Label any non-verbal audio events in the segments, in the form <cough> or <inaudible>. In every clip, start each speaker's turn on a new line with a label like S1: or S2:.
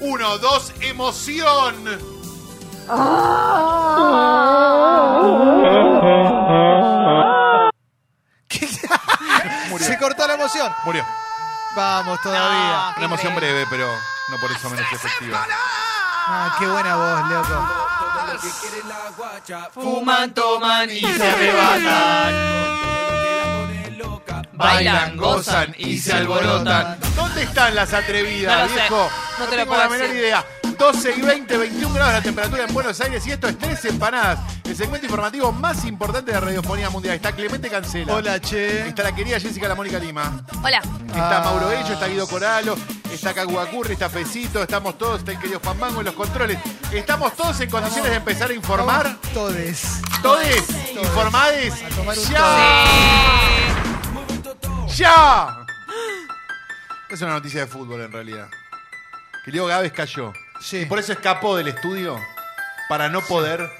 S1: Uno, dos, emoción.
S2: Se cortó la emoción.
S1: Murió.
S2: Vamos todavía.
S1: Una emoción breve, pero no por eso menos efectiva.
S2: Ah, qué buena voz, loco.
S3: Fuman, toman y se arrebatan. Bailan, gozan y se alborotan.
S1: ¿Dónde están las atrevidas,
S3: No lo sé.
S1: viejo?
S3: No te lo
S1: tengo
S3: puedo
S1: la menor
S3: decir.
S1: idea. 12 y 20, 21 grados la temperatura en Buenos Aires y esto es Tres Empanadas, el segmento informativo más importante de la radiofonía mundial. Está Clemente Cancela.
S2: Hola, che.
S1: Está la querida Jessica La Mónica Lima.
S4: <laughs> Hola.
S1: Está
S2: Ah.
S1: Mauro Bello, está Guido Coralo, está Caguacurri, está Pesito, estamos todos, está el querido Juan Mango en los controles. Estamos todos en condiciones de empezar a informar.
S2: Vamos Todes.
S1: Todos informades.
S2: A tomar un
S1: ¡Ya! ¡Ya! Es una noticia de fútbol en realidad. Que Leo Gávez cayó.
S2: Sí.
S1: Y por eso escapó del estudio para no poder,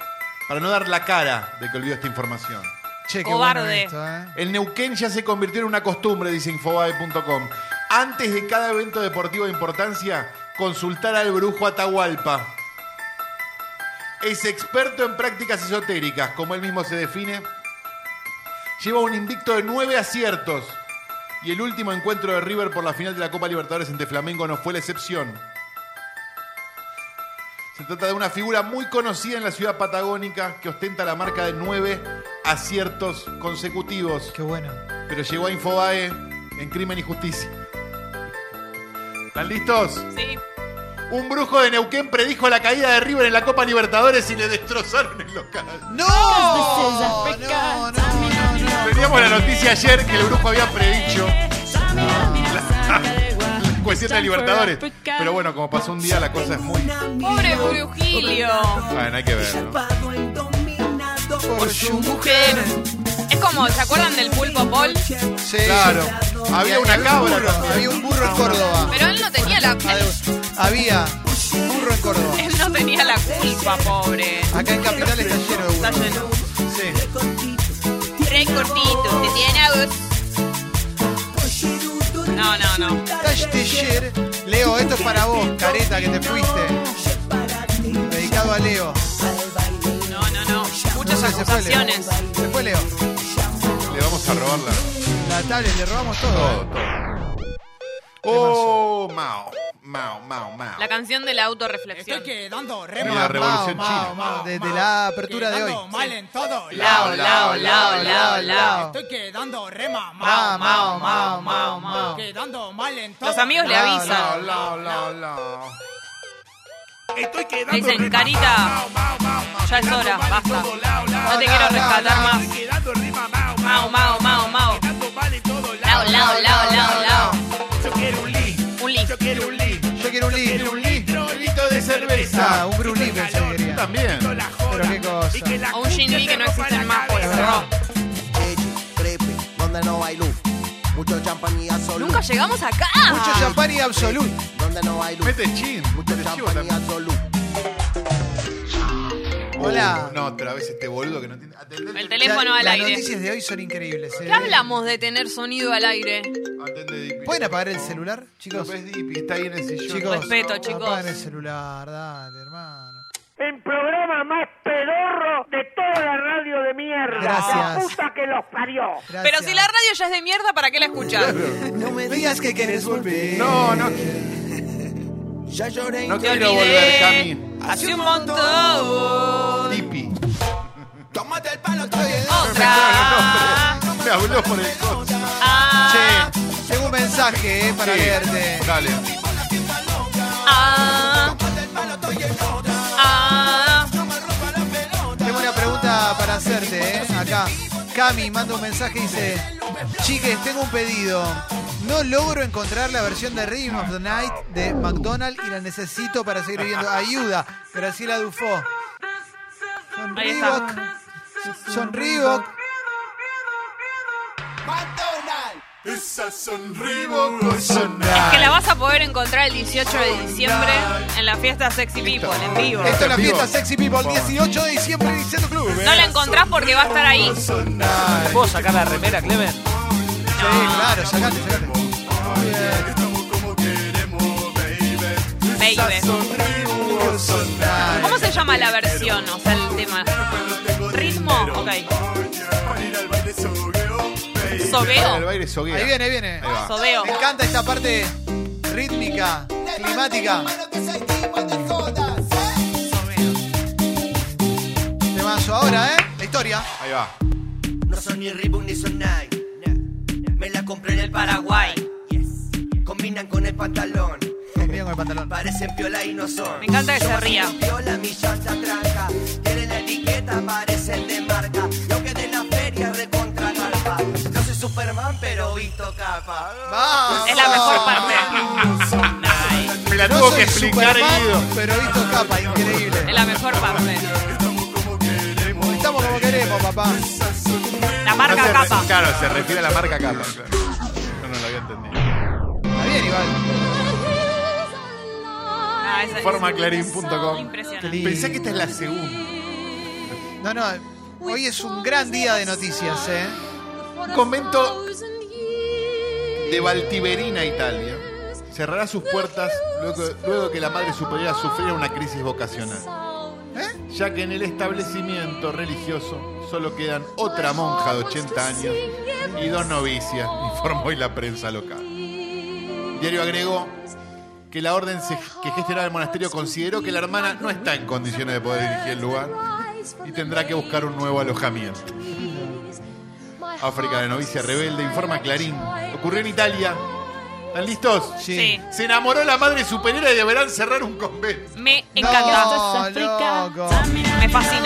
S1: para no dar la cara de que olvidó esta información.
S2: Che, qué
S4: Cobarde.
S2: bueno esto, ¿eh?
S1: El Neuquén ya se convirtió en una costumbre, dice Infobae.com. Antes de cada evento deportivo de importancia, consultar al brujo Atahualpa. Es experto en prácticas esotéricas, como él mismo se define. Lleva un invicto de nueve aciertos. Y el último encuentro de River por la final de la Copa Libertadores ante Flamengo no fue la excepción. Se trata de una figura muy conocida en la ciudad patagónica que ostenta la marca de nueve aciertos consecutivos
S2: Qué bueno.
S1: pero llegó a Infobae en Crimen y Justicia. ¿Están listos?
S4: Sí.
S1: Un brujo de Neuquén predijo la caída de River en la Copa Libertadores y le destrozaron el local.
S2: ¡No! No, no, no, no.
S1: Teníamos la noticia ayer que el brujo había predicho <laughs> la cuestión de Libertadores. Pero bueno, como pasó un día, la cosa es muy.
S4: Pobre Brujilio.
S1: Bueno, hay que ver, ¿no?
S2: Por su mujer.
S4: Es como, ¿se acuerdan del pulpo Paul?
S2: Sí.
S1: Claro. Había una cabra.
S2: burro, había un burro en Córdoba.
S4: Pero él no tenía la <laughs> él,
S2: Ade- Había un burro en Córdoba.
S4: él no tenía la culpa, pobre.
S2: Acá en Capital está lleno de
S4: Está
S2: burros.
S4: lleno.
S2: Sí.
S4: Tres cortitos, te tiene algo. No, no, no.
S2: Tash Teller. Leo, esto es para vos, careta, que te fuiste. Dedicado a Leo.
S4: No, no, no. Muchas
S2: No, se fue Leo.
S4: acusaciones.
S2: Se fue Leo.
S1: Le vamos a robarla.
S2: La tablet, le robamos todo.
S1: Todo, todo. Oh, Mao. Mao, Mao, Mao.
S4: La canción de la autorreflexión.
S5: quedando
S1: Y
S5: re
S1: la revolución
S2: Mao, Mao,
S1: china.
S2: Mao, desde la apertura de hoy.
S5: mal en todo.
S4: Lao, lao, lao, lao, lao.
S5: Estoy quedando re
S2: Mao,
S5: mamado.
S2: Mao, Mao, Mao, Mao.
S5: Quedando mal en todo.
S4: Los amigos le
S2: No,
S1: Lao,
S4: avisan.
S1: lao, lao, lao.
S4: Le dicen, carita, ya es hora, basta. No te quiero rescatar más. Mao, mao, mao, mao. Lao, lao, lao, lao, lao. Un link.
S2: Yo quiero un litro. Un litro.
S1: Litro de cerveza.
S2: Ah, un brulí pensé que
S1: Yo
S2: quería.
S1: También.
S2: Pero qué cosa.
S4: O un Shinri que no existen más, pues cerró.
S6: Edgy, creepy, donde no hay luz. Mucho champán y absolut.
S4: Nunca llegamos acá.
S2: Mucho champán y absoluto.
S6: Donde no hay luz.
S1: Mete chin.
S6: Mucho
S1: Mete chivo
S6: champán y
S1: también. Oh,
S6: absolut.
S2: Hola.
S1: No, otra vez este boludo que no tiene. Atendé
S4: El teléfono al
S2: Las
S4: aire.
S2: noticias de hoy son increíbles. eh.
S4: ¿Qué hablamos de tener sonido al aire?
S1: Atende Dipi.
S2: ¿Pueden apagar el celular,
S1: Lo
S2: chicos?
S1: ves, Dipi, está ahí en el sillón.
S2: Chicos,
S4: Respeto, chicos.
S2: Apagan el celular, dale, hermano.
S7: El programa más pedorro de toda la radio de mierda.
S2: Gracias.
S7: La puta que los parió.
S2: Gracias.
S4: Pero si la radio ya es de mierda, ¿para qué la escuchás?
S2: No me digas que querés volver.
S1: No, no,
S6: Ya lloré.
S1: no
S4: Te
S1: quiero volver,
S4: olvidé
S1: Cami.
S4: hace un montón.
S1: Dipi.
S6: Tómate el palo, estoy
S4: Otra.
S1: Me habló por el coche.
S4: Ah,
S2: Che, tengo un mensaje eh, para
S1: Sí.
S2: leerte.
S1: Dale.
S4: ah, ah.
S2: Tengo una pregunta para hacerte, eh, acá. Cami manda un mensaje y dice, chiques, tengo un pedido. No logro encontrar la versión de Rhythm of the Night de McDonald's y la necesito para seguir viviendo. Ayuda, Graciela Dufo. Son
S4: Ahí está.
S2: Reebok. Son Reebok.
S1: Esa sonribo con
S4: Que la vas a poder encontrar el 18 de diciembre en la fiesta Sexy People, en vivo.
S2: Esto es la
S1: En vivo.
S2: fiesta Sexy People, 18 de diciembre en el Centro Club. ¿eh?
S4: No la encontrás porque va a estar ahí.
S3: ¿Puedo sacar la remera, Clemen?
S2: Sí, claro, sacate, sacate.
S4: Me Baby.
S2: Horizontal.
S4: ¿Cómo se llama la versión? O sea, el tema. Ritmo, ok.
S1: Para el
S4: Sobeo.
S1: baile soguea.
S2: Ahí viene, ahí viene.
S1: Ahí va.
S4: Sobeo.
S2: Me encanta esta parte rítmica, climática. Temazo ahora, ¿eh? La historia.
S1: Ahí va.
S6: No son ni Reebok ni son Nike. Me la compré en el Paraguay. Combinan con el pantalón.
S2: Bien con el pantalón.
S6: Parecen piola y no son.
S4: Me encanta que se ría.
S6: Viola mi llanta tranca, tienen la etiqueta, parecen de marca. Y aunque de la feria recontra carpa. No soy Superman, pero visto capa.
S2: ¡Vamos!
S4: Es la mejor parte.
S1: Me la
S2: No
S1: tuvo
S2: soy
S1: que explicar
S2: Superman,
S1: Guido.
S2: Pero he visto capa,
S4: Es
S2: increíble.
S4: la mejor parte.
S2: Estamos como queremos, papá.
S4: La
S1: No
S4: marca
S1: se re-
S4: capa.
S1: Claro, se refiere a la marca capa. claro. No, no lo había entendido.
S2: Está bien, igual.
S4: Ah, esa-
S1: Formaclarín.com.
S4: Impresionante.
S1: Pensé que esta es la segunda.
S2: No, no. Hoy es un gran día de noticias, ¿eh?
S1: Convento de Valtiberina, Italia. Cerrará sus puertas luego, luego que la madre superiora sufriera una crisis vocacional. Ya que en el establecimiento religioso solo quedan otra monja de 80 años y dos novicias, informó hoy la prensa local. Diario agregó que la orden se- que gestionaba el monasterio consideró que la hermana no está en condiciones de poder dirigir el lugar y tendrá que buscar un nuevo alojamiento. África de novicia rebelde, informa Clarín. Ocurrió en Italia. ¿Están listos?
S4: Sí.
S1: Se enamoró la madre superior y deberán cerrar un convento.
S4: Me encanta.
S2: No, loco.
S4: Me fascina.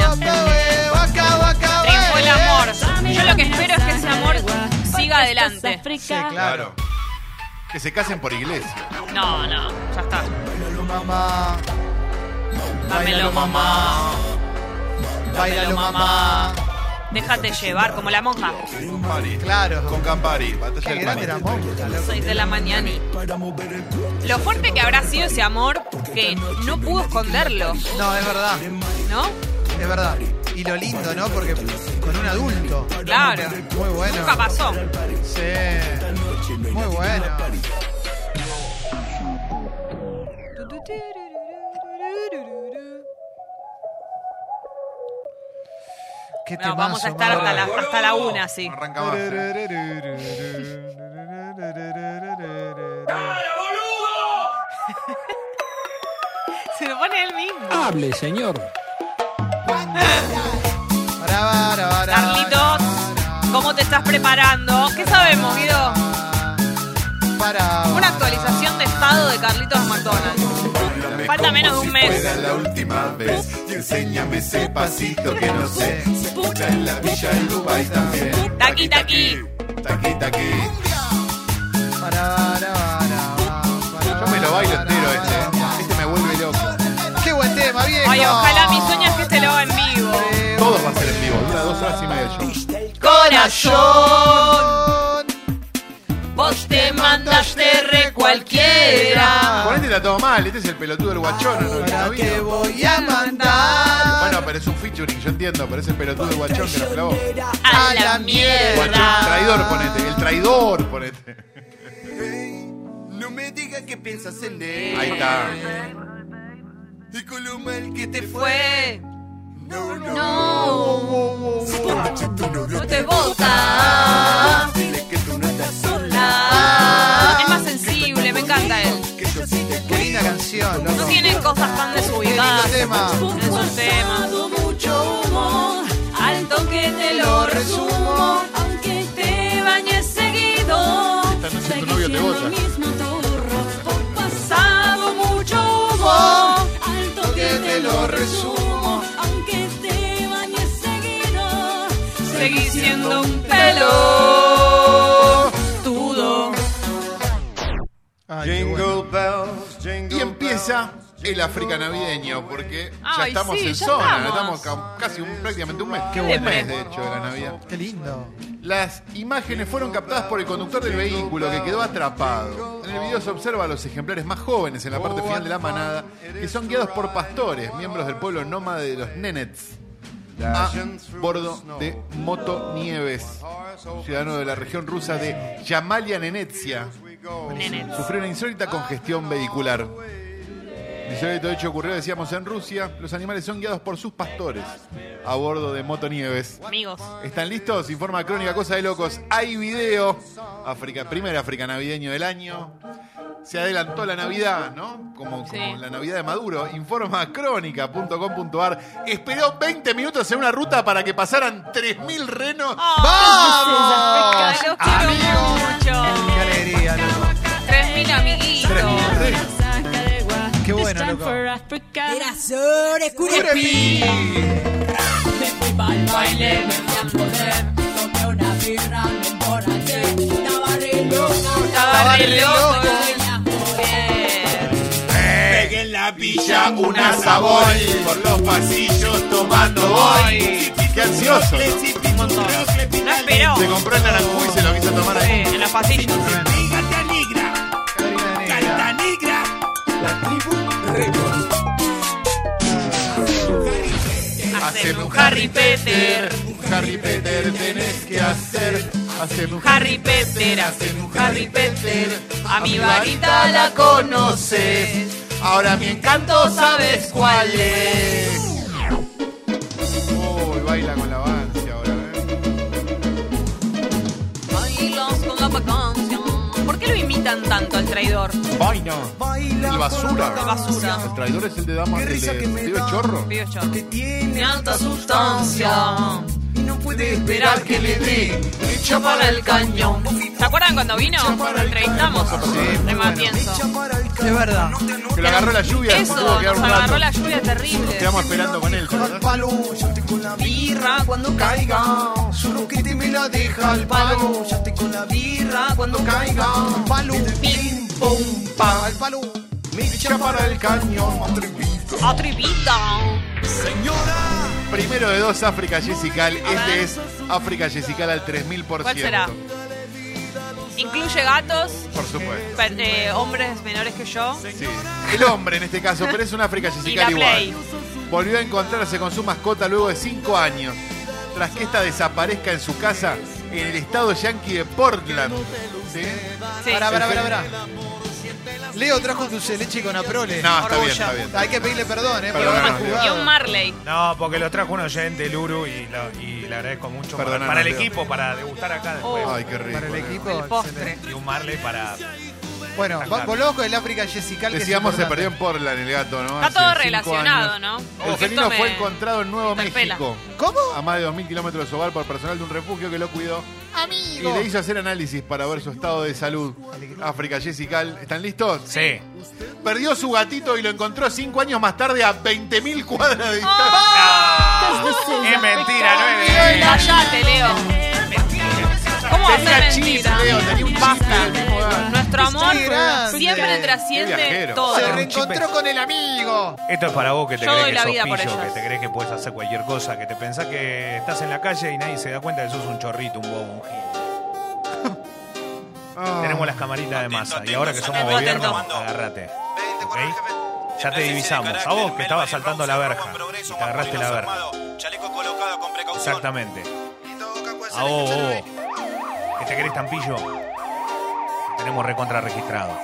S4: Triunfó el amor. Yo lo que espero es que ese amor siga adelante.
S2: Sí, claro.
S1: Que se casen por iglesia.
S4: No, no, ya está.
S2: Mamá,
S4: Dámelo, mamá.
S2: bailalo mamá.
S4: Déjate llevar como la monja.
S2: Claro.
S1: Con Campari. Batalla
S2: Qué
S1: del
S2: grande era
S1: Pari.
S2: Monja, loco.
S4: 6 de la mañana. Lo fuerte que habrá sido ese amor que no pudo esconderlo,
S2: No, es verdad,
S4: ¿no?
S2: es verdad. Y lo lindo, ¿no? Porque con un adulto.
S4: Claro.
S2: Muy bueno.
S4: Nunca pasó.
S2: Sí. Muy bueno. Este Qué
S4: No, vamos
S2: temazo,
S4: a estar hasta
S2: Mauro.
S4: la, hasta la una, sí.
S1: No Arranca más. eh.
S4: Se lo pone él mismo.
S8: Hable, señor.
S2: Bará, bará, bará,
S4: Carlitos, ¿cómo te estás preparando? ¿Qué sabemos, Guido?
S2: Para.
S4: Una actualización de estado de Carlitos McDonald. Falta menos de un mes.
S9: Era la última vez y enséñame ese pasito que no sé. Se escucha en la villa del Dubai también.
S4: Taqui, taqui.
S9: Taqui, taqui.
S2: Bará, bará, bará, bará,
S1: Yo me lo bailo
S2: bará,
S1: entero
S2: bará,
S1: este. eh. Este me vuelve loco.
S2: Qué buen tema, viejo.
S4: Ay, ojalá mi sueño es que este lo haga en vivo.
S1: Todo va a ser en vivo. Dura dos horas y media el show.
S4: Corazón, vos te
S1: Con este está todo mal. Este es el pelotudo del guachón. ¿no? Que no
S2: Ahora te
S1: vino.
S2: voy a mandar
S1: Bueno, pero es un featuring, yo entiendo. Pero es el pelotudo del guachón que nos clavó.
S4: a la mierda.
S1: Guachón traidor, ponete. El traidor, ponete.
S9: No me digas que piensas en él.
S1: Ahí está.
S9: Y con lo mal que te fue.
S4: Fue. No,
S9: Si tu novio
S4: no te
S2: Ah,
S4: vota
S9: dile que tú no estás
S4: sola. Es más sensible, me encanta él.
S9: que yo sí te
S2: Qué linda canción, loco.
S4: No tiene cosas tan
S2: Qué lindo
S4: desubicadas.
S2: tema.
S4: Es un tema. mucho humo, al toque te
S2: lo resumo.
S4: Aunque te bañes seguido,
S1: Esta noche tu novio te vota.
S4: pasado mucho humo.
S10: Al toque te lo resumo, aunque te bañes seguido.
S4: Seguí siendo un pelo. Tudo.
S2: Ay, qué bueno.
S9: Jingle bells, jingle
S1: Y empieza el África navideño, porque ya
S4: Ay,
S1: estamos
S4: sí,
S1: en
S4: ya
S1: zona,
S4: estamos.
S1: estamos, ca- casi un- prácticamente un mes.
S4: bueno.
S1: Un mes, de hecho, de la Navidad.
S2: Qué lindo.
S1: Las imágenes fueron captadas por el conductor del vehículo que quedó atrapado. En el video se observa a los ejemplares más jóvenes en la parte final de la manada, que son guiados por pastores, miembros del pueblo nómada de los Nenets, a bordo de Motonieves, ciudadano de la región rusa de Yamalia Nenetsia.
S4: Nene.
S1: Sufrió una insólita congestión vehicular. 18 hecho ocurrió, decíamos, en Rusia, los animales son guiados por sus pastores a bordo de motonieves.
S4: Amigos.
S1: ¿Están listos? Informa Crónica Cosa de Locos. Hay video. África, primer África navideño del año. Se adelantó la Navidad, ¿no? Como, como
S4: Sí.
S1: la Navidad de Maduro. Informa crónica.com.ar. Esperó 20 minutos en una ruta para que pasaran 3.000 renos.
S4: Ah.
S2: ¡Vamos!
S4: Los quiero mucho.
S2: ¡Qué alegría, loco!
S4: 3.000 amiguitos.
S2: ¡Qué bueno, loco!
S10: Girasores, curepi. Me fui pa'l baile, me fui a poder. Tomé una birra, me emborraché. Estaba re loca,
S4: Estaba re loco.
S10: me enamoré.
S9: Pegué en la villa una sabor Por los pasillos tomando hoy
S1: Qué ansioso.
S4: No esperó.
S1: Se compró el naranjú y se lo quiso tomar ahí.
S4: Eh, en los pasillos.
S2: Carolina Negra.
S1: Haceme
S4: Haceme un Harry Peter.
S1: Un Harry Peter tenés que hacer. Haceme un
S4: Harry Peter, haceme un Harry Peter. A mi varita la conoces.
S1: Ahora mi
S4: Canto sabes cuál es.
S1: Uy, baila con la avancia ahora, ¿eh?
S4: Bailos con la vacancia. ¿Por qué lo imitan tanto al traidor?
S1: Vaina.
S6: Baila
S1: El basura.
S6: con
S4: El basura.
S1: El traidor es el de Dama,
S6: Qué
S1: el
S6: risa
S1: de
S6: que me
S1: pibe
S6: da.
S1: chorro.
S4: Pido chorro.
S6: Que tiene
S4: Tanta sustancia.
S6: Y no puede
S4: esperar
S6: esperar
S4: que
S6: que
S4: le
S6: le dé. Echa para el cañón.
S4: ¿Se acuerdan cuando vino? Lo entrevistamos. De más pienso.
S2: Es verdad.
S1: Que lo agarró la lluvia.
S4: Eso,
S1: tuvo que dar
S4: nos
S1: un
S4: agarró
S1: rato.
S4: la lluvia terrible.
S1: Nos quedamos esperando con él. ¿verdad?
S4: Birra cuando
S6: Caiga, solo que te me la deja al palo. Ya estoy con la birra cuando caiga. Al palo, pim, pum, pa. Al palo, me echa para el cañón. Atrevito.
S4: Atrevida.
S6: Señora,
S1: Primero de dos, África Jessical. Este es África Jessical al 3000%.
S4: ¿Cuál será? Incluye gatos,
S1: Por supuesto.
S4: pe- eh, hombres menores que yo.
S1: Sí. El hombre en este caso, pero es una África
S4: Y la
S1: Jessical
S4: Play.
S1: igual. Volvió a encontrarse con su mascota luego de cinco años, tras que esta desaparezca en su casa en el estado yankee de Portland. ¿Sí?
S4: Sí.
S2: Pará, pará, pará, pará. Leo trajo un dulce de leche con aprole.
S1: No, está bien, está bien.
S2: Hay que pedirle perdón, ¿eh? Por
S1: Perdón,
S2: haber
S1: no,
S2: mal
S1: Leo.
S4: Y un
S2: jugado.
S4: Marley.
S3: No, porque lo trajo un oyente, el Uru, y, lo- y le agradezco mucho para-
S1: Perdónanos,
S3: para, el
S1: Leo.
S3: equipo, para degustar acá
S4: Oh.
S3: después.
S1: Ay, qué rico.
S2: Para el equipo.
S4: El postre.
S3: Y un Marley para...
S2: Bueno, va- volvamos con el África Jessical. que es
S1: Decíamos se
S2: importante.
S1: perdió en Portland el gato, ¿no?
S4: Está
S1: Hace
S4: todo
S1: cinco
S4: relacionado,
S1: años.
S4: ¿no?
S1: El
S4: Porque
S1: felino
S4: esto me-
S1: fue encontrado en Nuevo
S4: me interpela.
S1: México.
S2: ¿Cómo?
S1: A más de 2.000 kilómetros de su hogar por personal de un refugio que lo cuidó. Y le hizo hacer análisis para ver su estado de salud. África Jessical. ¿Están listos?
S3: Sí.
S1: Perdió su gatito y lo encontró cinco años más tarde a 20.000 cuadras de distancia.
S4: ¡Oh!
S3: Es mentira, no es mentira.
S4: Cállate, Leo. ¿Cómo va a ser
S1: Tenía chis,
S4: mentira?
S1: Leo, tenía un
S4: Basta.
S1: chiste del mismo gato.
S4: Nuestro amor
S2: Qué grande.
S4: siempre
S2: Qué
S4: trasciende
S1: viajero.
S4: todo.
S2: Se
S3: re-
S2: reencontró con el amigo.
S3: Esto es para vos que te
S4: Yo
S3: crees
S4: doy
S3: que
S4: la
S3: sos
S4: vida por
S3: pillo, que
S4: ellas.
S3: te crees que puedes hacer cualquier cosa, que te pensás que estás en la calle y nadie se da cuenta que sos un chorrito, un bobo, un gil. Tenemos las camaritas de masa y ahora que somos
S4: Atento,
S3: gobierno,
S4: atento.
S3: agárrate. ¿ok? Ya te divisamos. A vos que estabas saltando la verja y te agarraste la verja. Exactamente. A vos, bobo. Que te querés tampillo. Te Tenemos recontra registrado.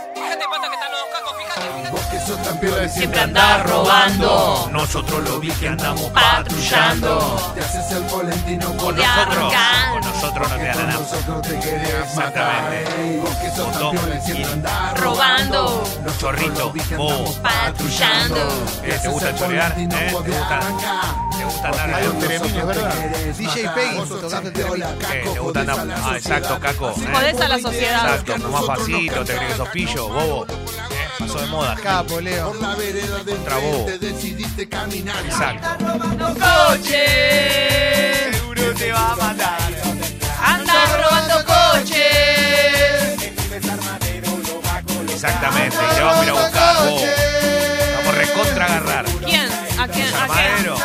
S9: Vos que sos tan piola de
S4: Siempre andás robando,
S3: Nosotros lo vi que andamos
S4: patrullando.
S9: Te haces el polentino con
S4: Y
S3: Nosotros,
S4: arrancás.
S3: con nosotros no te harán nada.
S9: nosotros te querés matar
S3: Exactamente.
S9: Ey, Vos que sos tan
S3: Botón.
S9: piola y siempre
S3: Y-
S9: andás
S4: Robando.
S9: Nosotros
S3: Chorrito,
S9: lo vi que
S3: bobo.
S9: andamos
S4: Patrullando.
S9: Te
S3: Eh, ¿Te
S9: haces
S3: gusta
S9: el
S3: chorear? ¿Eh?
S9: polentino,
S3: ¿Te
S9: podés
S3: gusta?
S9: arrancar.
S3: ¿Te gusta andar
S1: Hay un
S3: eh?
S1: tremín, es verdad.
S2: DJ Peggy tocando el terreno.
S3: Eh, ¿Te gusta andar? Ah, exacto, caco. eh.
S4: Jodés a la sociedad.
S3: Exacto, como más pasito, te crees que sos pillo, bobo. Eh, Pasó de moda.
S2: Capo, Leo.
S9: Por la vereda de
S3: Contra vos.
S9: enfrente decidiste caminar
S3: Exacto.
S4: coches.
S3: Seguro te va a matar.
S4: Andan robando coches.
S3: Exactamente, y te vamos a ir a buscar, bobo. Vamos recontra a agarrar.
S4: ¿Quién? ¿A quién? ¿A quién?
S3: Armadero.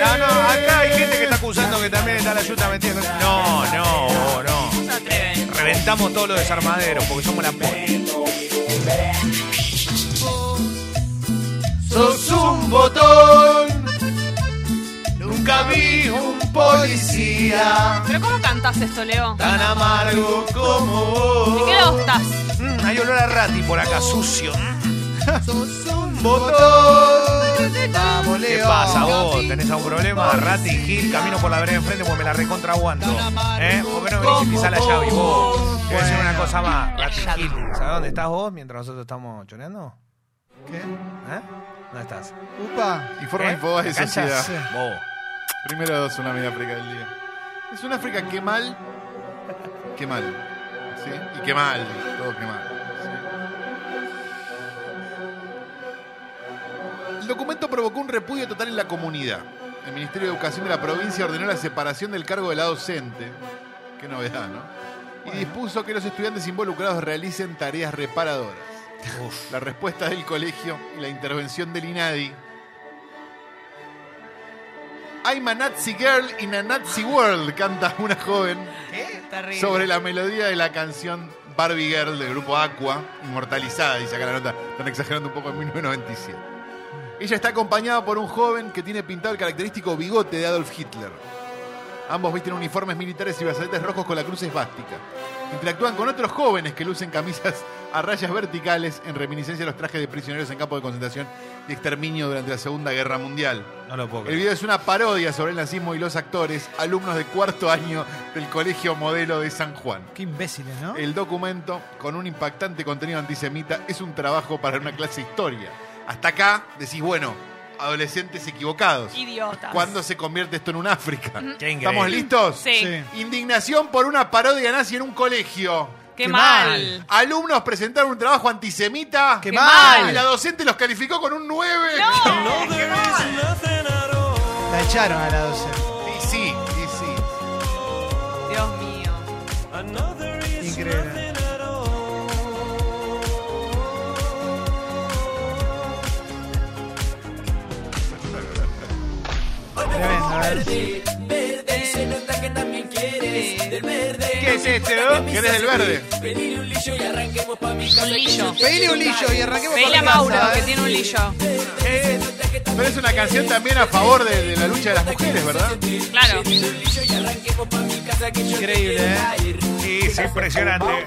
S3: No, no, acá hay gente que está acusando que también está la ayuda metiendo. No, no, bobo, no.
S4: No se atreven.
S3: Reventamos todos los desarmaderos porque somos la poli.
S1: Sos un botón. Nunca vi un policía
S4: ¿Pero cómo cantás esto, Leo?
S1: tan amargo como
S4: ¿De qué lado estás?
S3: Mm, hay olor a rati por acá, sucio. Mm.
S2: motor. Vamos,
S3: ¿Qué
S2: Leo.
S3: pasa vos? ¿Tenés algún problema? Rati, Gil, camino por la vereda enfrente porque me la recontra aguanto. ¿Eh? ¿Por qué no venís y pisás la llave vos? Te voy a decir una cosa más. Rati, Gil, ¿sabés dónde estás vos mientras nosotros estamos choreando?
S2: ¿Qué?
S3: ¿Eh? ¿Dónde estás?
S2: Upa.
S1: Informa
S3: ¿Eh?
S1: Infobae
S3: ¿La
S1: de
S3: cancha?
S1: Sociedad.
S2: Sí.
S3: Vos.
S1: Primero Tsunami de África del día. Es una África que mal. Qué mal. ¿Sí? Y qué mal. Todo qué mal. ¿sí? El documento provocó un repudio total en la comunidad. El Ministerio de Educación de la provincia ordenó la separación del cargo de la docente. Qué novedad, ¿no? Y dispuso que los estudiantes involucrados realicen tareas reparadoras. La respuesta del colegio y la intervención del INADI I'm a Nazi girl in a Nazi world, canta una joven sobre la melodía de la canción Barbie Girl del grupo Aqua, inmortalizada, dice acá la nota, están exagerando un poco en 1997. Ella está acompañada por un joven que tiene pintado el característico bigote de Adolf Hitler. Ambos visten uniformes militares y brazaletes rojos con la cruz esvástica. Interactúan con otros jóvenes que lucen camisas a rayas verticales en reminiscencia de los trajes de prisioneros en campos de concentración y exterminio durante la Segunda Guerra Mundial.
S3: No lo puedo
S1: El
S3: creer.
S1: video es una parodia sobre el nazismo y los actores, alumnos de cuarto año del Colegio Modelo de San Juan.
S2: Qué imbéciles, ¿no?
S1: El documento, con un impactante contenido antisemita, es un trabajo para una clase de historia. Hasta acá decís, bueno, adolescentes equivocados.
S4: Idiotas.
S1: ¿Cuándo se convierte esto en un África?
S3: Qué increíble.
S1: ¿Estamos listos?
S4: Sí.
S2: Sí.
S1: Indignación por una parodia nazi en un colegio.
S4: Qué,
S2: Qué
S4: mal.
S1: Alumnos presentaron un trabajo antisemita.
S2: Qué
S4: Qué mal.
S1: Y la docente los calificó con un 9.
S4: No.
S2: La echaron a la docente.
S1: Y sí, y sí.
S4: Dios mío.
S2: Increíble. Tremendo, ¿eh?
S3: ¿Qué es esto?
S1: ¿Querés el verde?
S4: Un lillo.
S2: Pedile un lillo y arranquemos por
S4: Pedile
S2: la
S4: a
S2: casa,
S4: Mauro, que
S2: ¿eh?
S4: tiene un lillo.
S1: Pero es una canción también a favor de, de la lucha de las mujeres, ¿verdad?
S4: Claro.
S2: Increíble, ¿eh?
S3: Sí, es impresionante.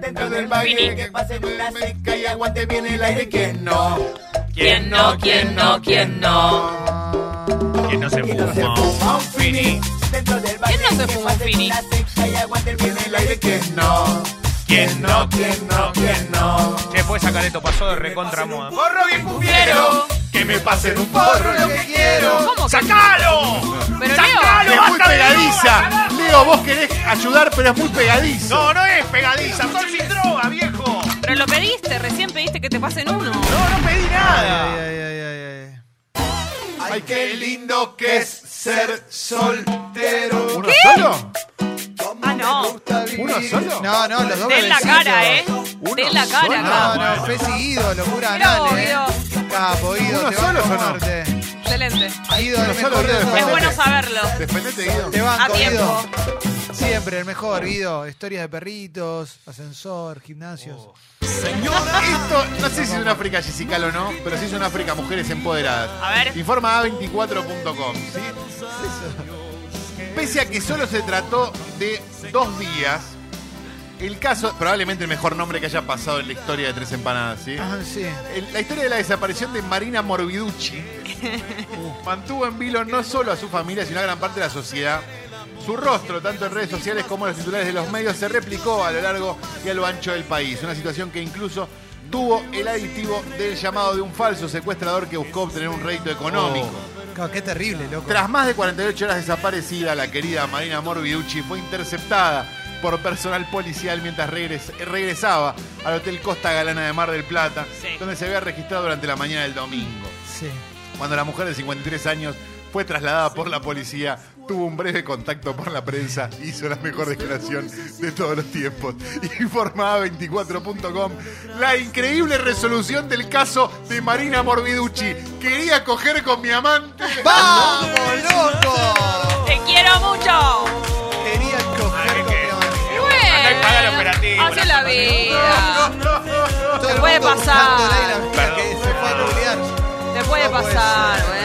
S1: Dentro del baile, que pase una seca y aguante bien el aire que no.
S4: ¿Quién no? ¿Quién no? ¿Quién no?
S3: Que no se fuma.
S4: ¿Quién no se fuma un fini?
S1: El aire que no.
S3: ¿Quién no?
S1: ¿Quién no? ¿Quién no?
S3: Che, puedes sacar esto pasó de recontra moda.
S1: Porro bien cupiero. Que me pasen un porro lo que quiero.
S4: ¿Cómo? que-
S3: ¡Sacalo!
S4: Pero
S3: ¡Sacalo!
S4: Leo,
S1: Es muy
S3: basta de
S1: pegadiza.
S3: droga,
S1: Leo, vos querés ayudar, pero es muy pegadiza.
S3: No, no es pegadiza, son sin droga, viejo.
S4: pero lo pediste, recién pediste que te pasen uno.
S3: No, no pedí
S2: Ay,
S3: nada.
S2: ay, ay, ay, ay.
S1: Ay, qué lindo que es ser soltero. ¿Uno solo?
S4: Ah, no.
S1: ¿Uno solo?
S2: No, no, los dos
S4: Den la
S2: bebecitos.
S4: cara, ¿eh? Den la cara,
S1: solo?
S2: No,
S4: acá.
S2: no, Fesi Ido, locura
S4: Mirá
S2: anal,
S4: vos,
S2: ¿eh? Capo, Ido,
S1: ¿Uno
S2: te banco
S1: solo o no?
S2: muerte.
S4: Excelente.
S2: Ido, el
S1: ¿Uno solo, Ido,
S2: mejor de todos.
S4: Es
S1: Excelente.
S4: bueno saberlo.
S1: Defendete, Guido.
S2: Te banco,
S4: A tiempo.
S2: Guido. Siempre el mejor, Guido. Historias de perritos, ascensor, gimnasios.
S1: Esto, no sé si es una África Jessical o no, pero sí es una África Mujeres Empoderadas.
S4: A ver.
S1: Informa a24.com. ¿sí? Pese a que solo se trató de dos días, el caso, probablemente el mejor nombre que haya pasado en la historia de Tres Empanadas, ¿sí?
S2: Ah, sí.
S1: El- la historia de la desaparición de Marina Morbiducci mantuvo en vilo no solo a su familia, sino a gran parte de la sociedad. Su rostro, tanto en redes sociales como en los titulares de los medios, se replicó a lo largo y a lo ancho del país. Una situación que incluso tuvo el aditivo del llamado de un falso secuestrador que buscó obtener un rédito económico.
S2: Claro, qué terrible, loco.
S1: Tras más de 48 horas desaparecida, la querida Marina Morbiducci fue interceptada por personal policial mientras regres- regresaba al Hotel Costa Galana de Mar del Plata,
S4: Sí.
S1: donde se había registrado durante la mañana del domingo.
S2: Sí.
S1: Cuando la mujer de 53 años fue trasladada por la policía, tuvo un breve contacto por la prensa, hizo la mejor declaración de todos los tiempos. Informaba 24.com la increíble resolución del caso de Marina Morbiducci. Quería coger con mi amante.
S2: ¡Vamos, loco!
S4: Te quiero mucho.
S2: Quería coger con mi amante.
S4: Y bueno,
S3: Acá hay que pagar el operativo,
S4: Hace
S3: la
S4: la
S3: puta
S4: vida.
S2: Todo el
S4: puede
S2: mundo
S4: pasar.
S2: buscándola y la mina
S3: Perdón.
S2: que se fue a googlear.
S4: Te puede
S2: No puede
S4: pasar,
S2: ser.